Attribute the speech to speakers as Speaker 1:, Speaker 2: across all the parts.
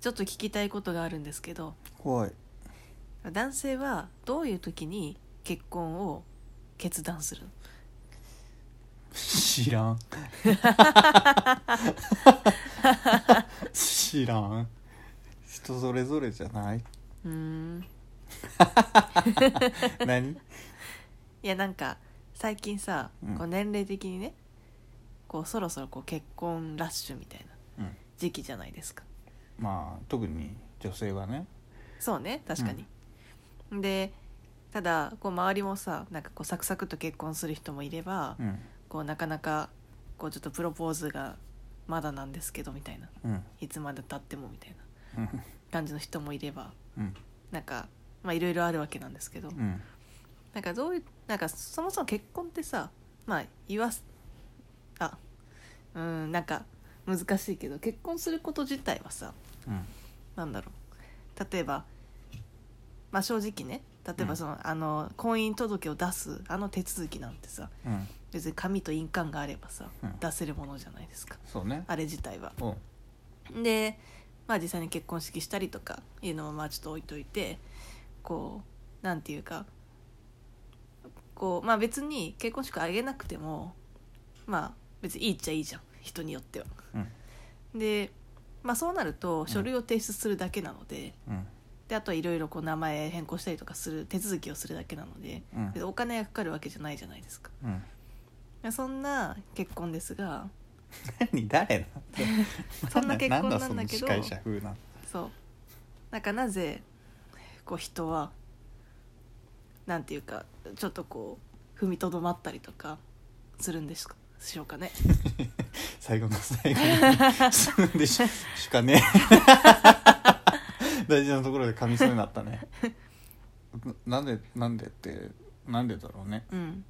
Speaker 1: ちょっと聞きたいことがあるんですけど
Speaker 2: 怖い
Speaker 1: 男性はどういう時に結婚を決断するの
Speaker 2: 知らん知らん人それぞれじゃないう
Speaker 1: ーん
Speaker 2: 何
Speaker 1: いやなんか最近さ、
Speaker 2: うん
Speaker 1: こう年齢的にねこうそろそろこう結婚ラッシュみたいな
Speaker 2: うん
Speaker 1: 時期じゃないですか
Speaker 2: まあ特に女性はね
Speaker 1: そうね確かに、でただこう周りもさなんかこうサクサクと結婚する人もいれば、
Speaker 2: うん
Speaker 1: こうなかなかこうちょっとプロポーズがまだなんですけどみたいな
Speaker 2: うん
Speaker 1: いつまでたってもみたいな
Speaker 2: うん
Speaker 1: 感じの人もいれば
Speaker 2: うん
Speaker 1: なんかまあいろいろあるわけなんですけど、
Speaker 2: うん
Speaker 1: なんかどういうなんかそもそも結婚ってさまあ言わすあうんなんか難しいけど結婚すること自体はさ
Speaker 2: うん
Speaker 1: なんだろう例えばまあ正直ね例え
Speaker 2: う
Speaker 1: ば
Speaker 2: ん
Speaker 1: その、あの婚姻届を出すあの手続きなんてさ
Speaker 2: うん
Speaker 1: 別に紙と印鑑があればさ、
Speaker 2: うん
Speaker 1: 出せるものじゃないですか
Speaker 2: そうね
Speaker 1: あれ自体は。
Speaker 2: うん
Speaker 1: でまあ実際に結婚式したりとかいうのもまあちょっと置いといてこうなんていうかこうまあ別に結婚式あげなくてもまあ別にいいっちゃいいじゃん人によっては。
Speaker 2: うん
Speaker 1: でまあそうなると書類を提出するだけなので,、
Speaker 2: うん
Speaker 1: であとはいろいろこう名前変更したりとかする手続きをするだけなので
Speaker 2: うん
Speaker 1: でお金がかかるわけじゃないじゃないですか。
Speaker 2: うん
Speaker 1: でそんな結婚ですが
Speaker 2: 何誰な
Speaker 1: そんな結婚
Speaker 2: だ
Speaker 1: なんだけど
Speaker 2: その司会者風な
Speaker 1: そうなんかなぜこう人はなんていうかちょっとこう踏みとどまったりとかするんですかしようかね
Speaker 2: 最後の最後にするんでししかね大事なところで噛みそうになったねななんでなんでってなんでだろうね
Speaker 1: うん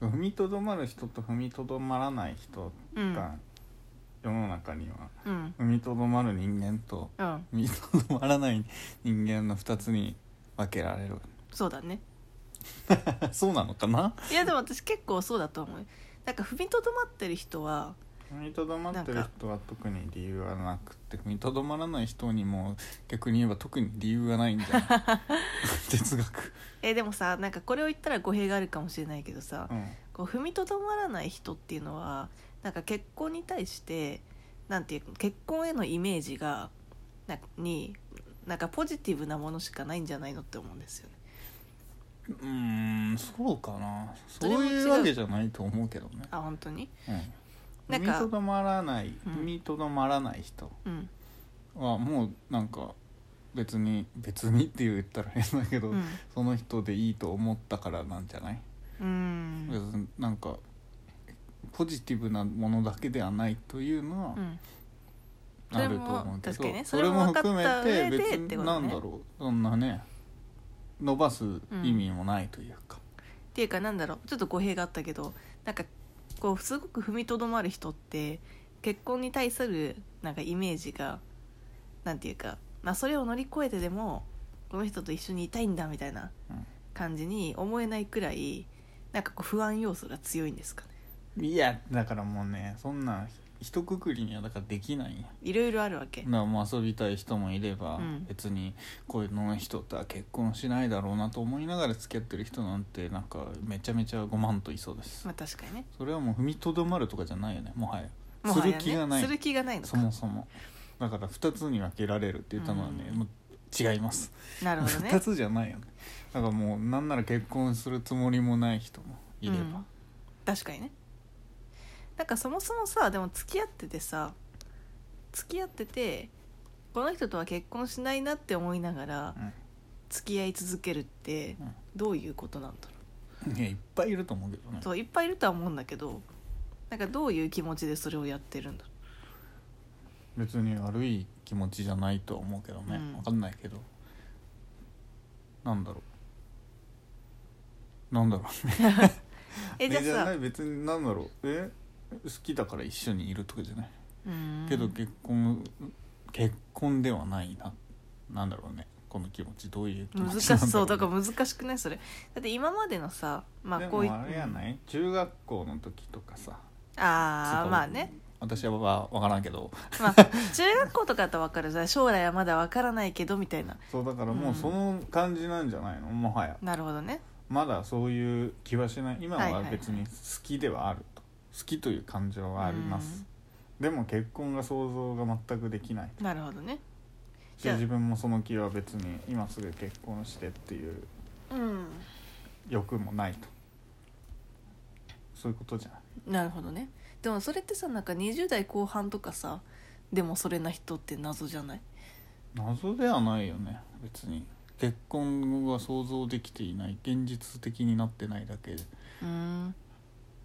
Speaker 2: 踏みとどまる人と踏みとどまらない人
Speaker 1: うん
Speaker 2: が世の中には
Speaker 1: うん
Speaker 2: 踏みとどまる人間と
Speaker 1: うん
Speaker 2: 踏みとどまらない人間の2つに分けられる
Speaker 1: そうだね
Speaker 2: そうなのかない
Speaker 1: やでも私結構そうだと思うよなんか踏みとどまってる人は
Speaker 2: 踏みとどまってる人は特に理由はなくて踏みとどまらない人にも逆に言えば特に理由がないんじ ゃない哲学
Speaker 1: えでもさなんかこれを言ったら語弊があるかもしれないけどさ
Speaker 2: うん
Speaker 1: こう踏みとどまらない人っていうのはなんか結婚に対してなんていうか結婚へのイメージがなになんかポジティブなものしかないんじゃないのって思うんですよね。
Speaker 2: うーんそうかな
Speaker 1: そ
Speaker 2: そう
Speaker 1: れも違う
Speaker 2: いうわけじゃないと思うけどね、
Speaker 1: あ本当に
Speaker 2: うん、
Speaker 1: な
Speaker 2: 踏
Speaker 1: ん
Speaker 2: み
Speaker 1: か
Speaker 2: とどまらない
Speaker 1: うん
Speaker 2: 踏みとどまらない人
Speaker 1: うん
Speaker 2: はもうなんか別に 別にって言ったら変だけど、
Speaker 1: うん
Speaker 2: その人でいいと思ったからなんじゃない、
Speaker 1: うん
Speaker 2: 別になんかポジティブなものだけではないというのは、
Speaker 1: うん
Speaker 2: あると思うけ
Speaker 1: それも確
Speaker 2: ど
Speaker 1: かにね
Speaker 2: それも含め
Speaker 1: それも分かった上
Speaker 2: て
Speaker 1: で
Speaker 2: 別
Speaker 1: って
Speaker 2: に
Speaker 1: ことね
Speaker 2: なんだろうそんなね伸ばす意味もないというか、
Speaker 1: っていうかなんだろうちょっと語弊があったけどなんかこうすごく踏みとどまる人って結婚に対するなんかイメージがなんていうか、まあ、それを乗り越えてでもこの人と一緒にいたいんだみたいな
Speaker 2: うん
Speaker 1: 感じに思えないくらいなんかこう不安要素が強いんですかね
Speaker 2: いやだからもうねそんな一括りにはだからできないんや
Speaker 1: いろいろあるわけ
Speaker 2: だからもう遊びたい人もいれば、
Speaker 1: うん
Speaker 2: 別にこういうの人とは結婚しないだろうなと思いながら付き合ってる人なんてなんかめちゃめちゃごまんといそうです
Speaker 1: まあ確かにね
Speaker 2: それはもう踏みとどまるとかじゃないよねもはや
Speaker 1: もはやね
Speaker 2: する気がない
Speaker 1: する気がないの
Speaker 2: そ
Speaker 1: か
Speaker 2: もそもだから2つに分けられるって言ったのはね、
Speaker 1: うん
Speaker 2: もう違います
Speaker 1: なるほど
Speaker 2: 二
Speaker 1: ね
Speaker 2: つじゃないよねだからもうなんなら結婚するつもりもない人もいれば、
Speaker 1: うん確かにねなんかそもそもさでも付き合っててさ付き合っててこの人とは結婚しないなって思いながら
Speaker 2: うん
Speaker 1: 付き合い続けるって
Speaker 2: うん
Speaker 1: どういうことなんだろ
Speaker 2: いやいっぱいいると思うけどね
Speaker 1: うそういっぱいいるとは思うんだけどなんかどういう気持ちでそれをやってるんだろ
Speaker 2: 別に悪い気持ちじゃないとは思うけどね、
Speaker 1: うん
Speaker 2: 分かんないけどなんだろうなんだろうね
Speaker 1: うえじゃあ
Speaker 2: いや
Speaker 1: さ
Speaker 2: ない別になんだろうえ好きだから一緒にいるとかじゃない、
Speaker 1: うーん
Speaker 2: けど結婚結婚ではないななんだろうねこの気持ちどういう気持
Speaker 1: 難
Speaker 2: ちなんだろうね、
Speaker 1: しそうだから難しくないそれだって今までのさまあ
Speaker 2: で
Speaker 1: こうい
Speaker 2: もあれや
Speaker 1: うん
Speaker 2: ない中学校の時とかさ
Speaker 1: あ
Speaker 2: そ
Speaker 1: あ
Speaker 2: う
Speaker 1: まあね
Speaker 2: 私はわ分からんけど
Speaker 1: まあ中学校とかだったら分かるじゃん将来はまだ分からないけどみたいな
Speaker 2: そうだからもうその感じなんじゃないの、もはや
Speaker 1: なるほどね
Speaker 2: まだそういう気はしない今
Speaker 1: はいは
Speaker 2: はい
Speaker 1: はい
Speaker 2: 別に好きではあると、好きという感情はあります、でも結婚が想像が全くできない
Speaker 1: なるほどねじ
Speaker 2: で
Speaker 1: ゃあ
Speaker 2: 自分もその気は別に今すぐ結婚してっていう
Speaker 1: うん
Speaker 2: 欲もないとそういうことじゃな
Speaker 1: な
Speaker 2: い
Speaker 1: るほどねでもそれってさなんか20代後半とかさでもそれな人って謎じゃない
Speaker 2: 謎ではないよね別に結婚が想像できていない現実的になってないだけで
Speaker 1: うーん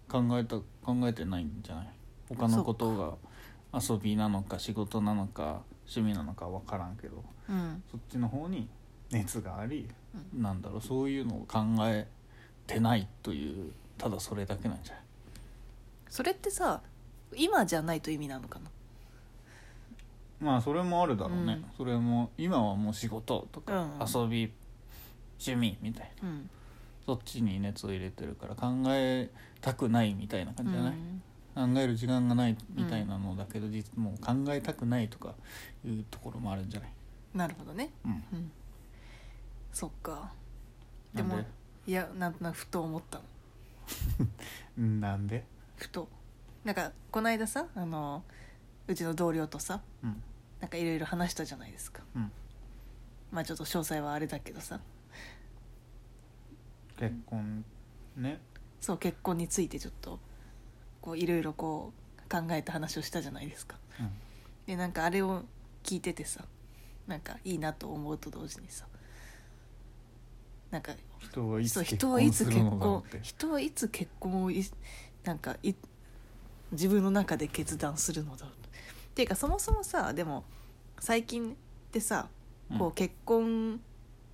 Speaker 2: 考えた考えてないんじゃない他のことが遊びなのか仕事なのか趣味なのか分からんけど
Speaker 1: うん
Speaker 2: そっちの方に熱があり、なんだろうそういうのを考えてないというただそれだけなんじゃない
Speaker 1: それってさ今じゃないと意味なのか
Speaker 2: まあそれもあるだろうね、
Speaker 1: うん
Speaker 2: それも今はもう仕事と
Speaker 1: う
Speaker 2: か
Speaker 1: ん
Speaker 2: 遊び、趣味みたいな
Speaker 1: なうん
Speaker 2: そっちに熱を入れてるから考えたくないみたいな感じじゃない、
Speaker 1: うん
Speaker 2: 考える時間がないみたいなのだけど、実もう考えたくないとかいうところもあるんじゃない、
Speaker 1: なるほどね
Speaker 2: うん、
Speaker 1: うんそっかで
Speaker 2: なん
Speaker 1: も
Speaker 2: で
Speaker 1: いやなんとなくふと思ったの
Speaker 2: うんなんで、
Speaker 1: ふとなんかこの間さあのうちの同僚とさ
Speaker 2: うん
Speaker 1: なんかいろいろ話したじゃないですか
Speaker 2: うん、
Speaker 1: まあちょっと詳細はあれだけどさ
Speaker 2: 結婚ね
Speaker 1: そう結婚についてちょっとこういろいろこう考えた話をしたじゃないですか
Speaker 2: うん
Speaker 1: でなんかあれを聞いててさなんかいいなと思うと同時にさなんか
Speaker 2: 人はい
Speaker 1: そう
Speaker 2: つ結
Speaker 1: 人はい
Speaker 2: 婚
Speaker 1: つ結
Speaker 2: するのだろ
Speaker 1: 婚
Speaker 2: うって
Speaker 1: 人はいつ結婚をいなんかい自分の中で決断するのだろうっていうかそもそもさでも最近ってさこう結婚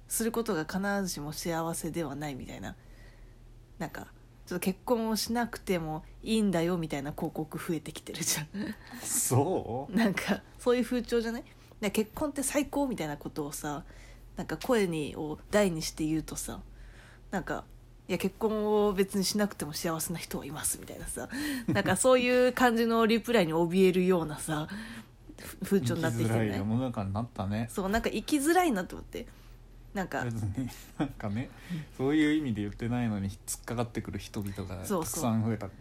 Speaker 1: することが必ずしも幸せではないみたいななんかちょっと結婚をしなくてもいいんだよみたいな広告増えてきてるじゃ
Speaker 2: うんそうん
Speaker 1: なんかそういう風潮じゃないなんか結婚って最高みたいなことをさなんか声にを大にして言うとさなんかいや結婚を別にしなくても幸せな人はいますみたいなさなんかそういう感じのリプライに怯えるようなさふ風
Speaker 2: 生き
Speaker 1: 潮になってきて
Speaker 2: づ
Speaker 1: な
Speaker 2: ら
Speaker 1: い
Speaker 2: い世の中になったね
Speaker 1: そうなんか生きづらいなと思ってなんか
Speaker 2: 別になんかねそういう意味で言ってないのに突っかかってくる人々がた
Speaker 1: そうそう
Speaker 2: くさん増えた増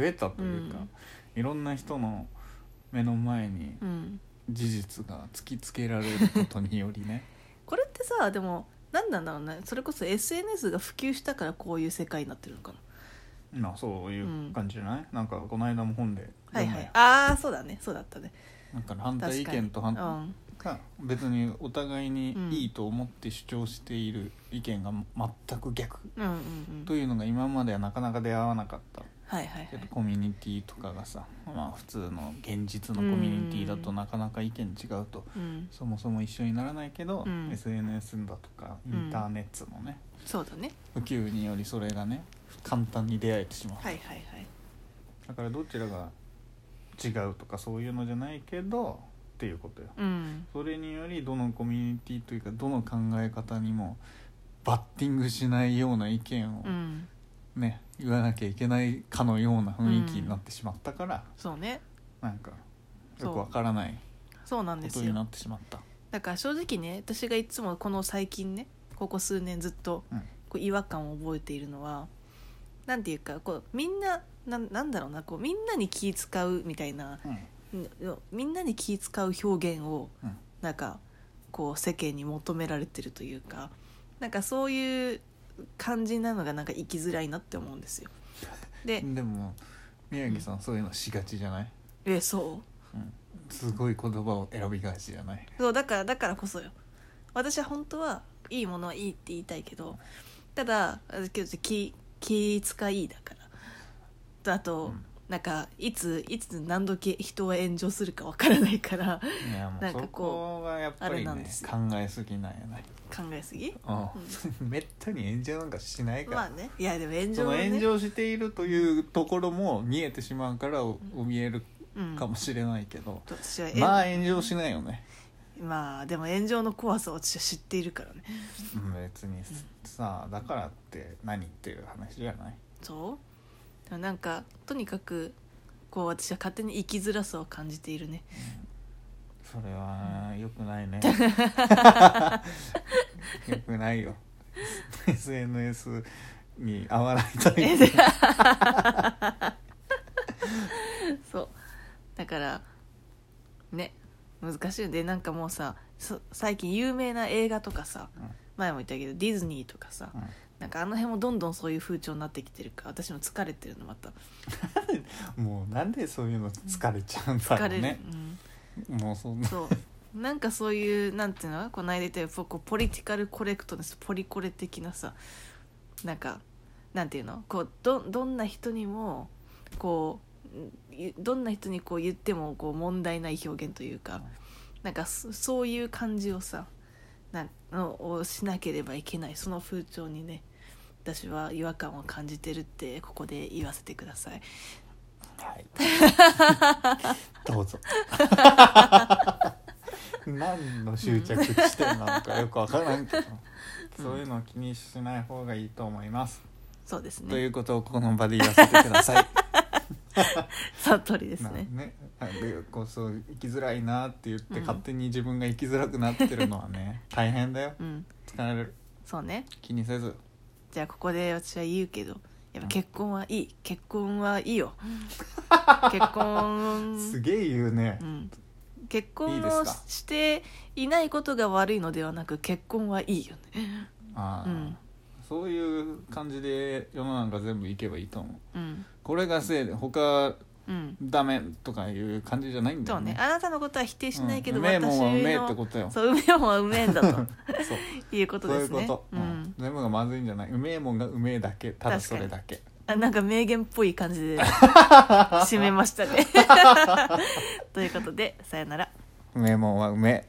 Speaker 2: えたというか、
Speaker 1: うん
Speaker 2: いろんな人の目の前に
Speaker 1: うん
Speaker 2: 事実が突きつけられることによ りね
Speaker 1: これってさでも何なんだろうねそれこそ SNS が普及したからこういう世界になってるのかな
Speaker 2: まあそういう感じじゃない、なんかこの間も本で
Speaker 1: はい
Speaker 2: 読ん
Speaker 1: は
Speaker 2: だよ
Speaker 1: いああそうだねそうだったね
Speaker 2: なんか反対意
Speaker 1: 確かに
Speaker 2: 見と反対
Speaker 1: うん
Speaker 2: が別にお互いにいいと思って主張している意見が全く逆
Speaker 1: うんうんう
Speaker 2: と
Speaker 1: ん
Speaker 2: いうのが今まではなかなか出会わなかった
Speaker 1: はいはい
Speaker 2: け
Speaker 1: は
Speaker 2: ど
Speaker 1: い
Speaker 2: コミュニティとかがさまあ普通の現実のコミュニティだと
Speaker 1: うん
Speaker 2: なかなか意見違うと
Speaker 1: うん
Speaker 2: そもそも一緒にならないけど、
Speaker 1: うん
Speaker 2: SNS だとかインターネットのね、
Speaker 1: そうだね
Speaker 2: 普及によりそれがね簡単に出会えてしまう、
Speaker 1: はいはいはい
Speaker 2: だからどちらが違うとかそういうのじゃないけどっていうことよ
Speaker 1: うん
Speaker 2: それによりどのコミュニティというかどの考え方にもバッティングしないような意見を
Speaker 1: うん
Speaker 2: ね、言わなきゃいけないかのような雰囲気になってしまったから、
Speaker 1: そうね
Speaker 2: なんかよくわからない
Speaker 1: そうなん
Speaker 2: こ
Speaker 1: で
Speaker 2: と
Speaker 1: す
Speaker 2: にな
Speaker 1: よ
Speaker 2: ってしまった。
Speaker 1: だから正直ね私がいつもこの最近ねここ数年ずっと
Speaker 2: うん
Speaker 1: こう違和感を覚えているのはなんていうかこうみんななんなんだろうなこうみんなに気使うみたいな
Speaker 2: うん
Speaker 1: んみんなに気使う表現を
Speaker 2: うん
Speaker 1: なんかこう世間に求められてるというかなんかそういう感じなのがなんか生きづらいなって思うんですよ。で
Speaker 2: でも宮城さんそういうのしがちじゃない、
Speaker 1: えそう
Speaker 2: うん、すごい言葉を選びがちじゃない
Speaker 1: そうだからだからこそよ私は本当はいいものはいいって言いたいけどただ私今日気気使いだからとあと、
Speaker 2: うん
Speaker 1: なんかいついつ何時人は炎上するかわからないから
Speaker 2: いやも
Speaker 1: な
Speaker 2: うんそ
Speaker 1: かこう
Speaker 2: こがやっぱ
Speaker 1: あれ
Speaker 2: り
Speaker 1: なん
Speaker 2: ね
Speaker 1: です
Speaker 2: 考えすぎなんや ない、
Speaker 1: 考えすぎ
Speaker 2: うんめったに炎上なんかしないから、
Speaker 1: まあねいやでも炎
Speaker 2: そ
Speaker 1: 上
Speaker 2: の
Speaker 1: はね
Speaker 2: 炎上しているというところも見えてしまうからお怯える
Speaker 1: うん
Speaker 2: かもしれないけど、
Speaker 1: 私は
Speaker 2: まあ
Speaker 1: 炎
Speaker 2: 炎上しないよね
Speaker 1: まあでも炎上の怖さを私は知っているからね
Speaker 2: うん別にさだからって何っていう話じゃない
Speaker 1: そうでもなんかとにかくこう私は勝手に生きづらさを感じているね
Speaker 2: それはよくな いねよくないよ SNS に合わないタイプ
Speaker 1: そうだからね難しいよでなんかもうさそ最近有名な映画とかさ
Speaker 2: うん
Speaker 1: 前も言ったけどディズニーとかさ
Speaker 2: うん
Speaker 1: なんかあの辺もどんどんそういう風潮になってきてるから私も疲れてるのまた
Speaker 2: もうなんでそういうの疲れちゃうんだ
Speaker 1: 疲
Speaker 2: ろ
Speaker 1: れ
Speaker 2: う
Speaker 1: る、
Speaker 2: ね、もうそん
Speaker 1: うん、
Speaker 2: な
Speaker 1: そうなんかそういうなんていうのこの間言ったようにこうポリティカルコレクトネスポリコレ的なさなんかなんていうのこうどどんな人にもこうんゆどんな人にこう言ってもこう問題ない表現というかなんかそそういう感じをさなんのをしなければいけないその風潮にね私は違和感を感じてるってここで言わせてください
Speaker 2: はい どうぞ何の執着してんのかよくわからんけど、そういうのを気にしない方がいいと思います、
Speaker 1: そうです
Speaker 2: とい
Speaker 1: ね
Speaker 2: うことをこの場で言わせてください
Speaker 1: 悟 りです
Speaker 2: まあ
Speaker 1: ね
Speaker 2: ねあでこうそう生きづらいなって言って、
Speaker 1: うん
Speaker 2: 勝手に自分が生きづらくなってるのはね大変だよ
Speaker 1: うん
Speaker 2: 疲れる
Speaker 1: そうね
Speaker 2: 気にせず
Speaker 1: じゃあここで私は言うけどやっぱ結婚はいい結婚はいいよ結婚
Speaker 2: すげえ言うね
Speaker 1: う、ん結
Speaker 2: いい
Speaker 1: 婚
Speaker 2: です
Speaker 1: を
Speaker 2: か
Speaker 1: していないことが悪いのではなく結婚はいいよね
Speaker 2: ああ、
Speaker 1: うん
Speaker 2: そういう感じで世の中全部いけばいいと思う
Speaker 1: うん
Speaker 2: これがせいで他
Speaker 1: うん
Speaker 2: ダメとかいう感じじゃないんだ
Speaker 1: そ
Speaker 2: よ
Speaker 1: うね
Speaker 2: ね
Speaker 1: あなたのことは否定しないけど、
Speaker 2: うめえ
Speaker 1: 私の
Speaker 2: もんはうめえってことよ
Speaker 1: そううめえもんはうめえんだ と
Speaker 2: そう
Speaker 1: いうこと
Speaker 2: そうい
Speaker 1: で
Speaker 2: う
Speaker 1: す
Speaker 2: こ
Speaker 1: ね
Speaker 2: と、うん
Speaker 1: ん
Speaker 2: 全部がまずいんじゃないうめえもんがうめえだけただそれだけ
Speaker 1: あなんか名言っぽい感じ で締めましたね ということでさよなら
Speaker 2: うめえもんはうめえ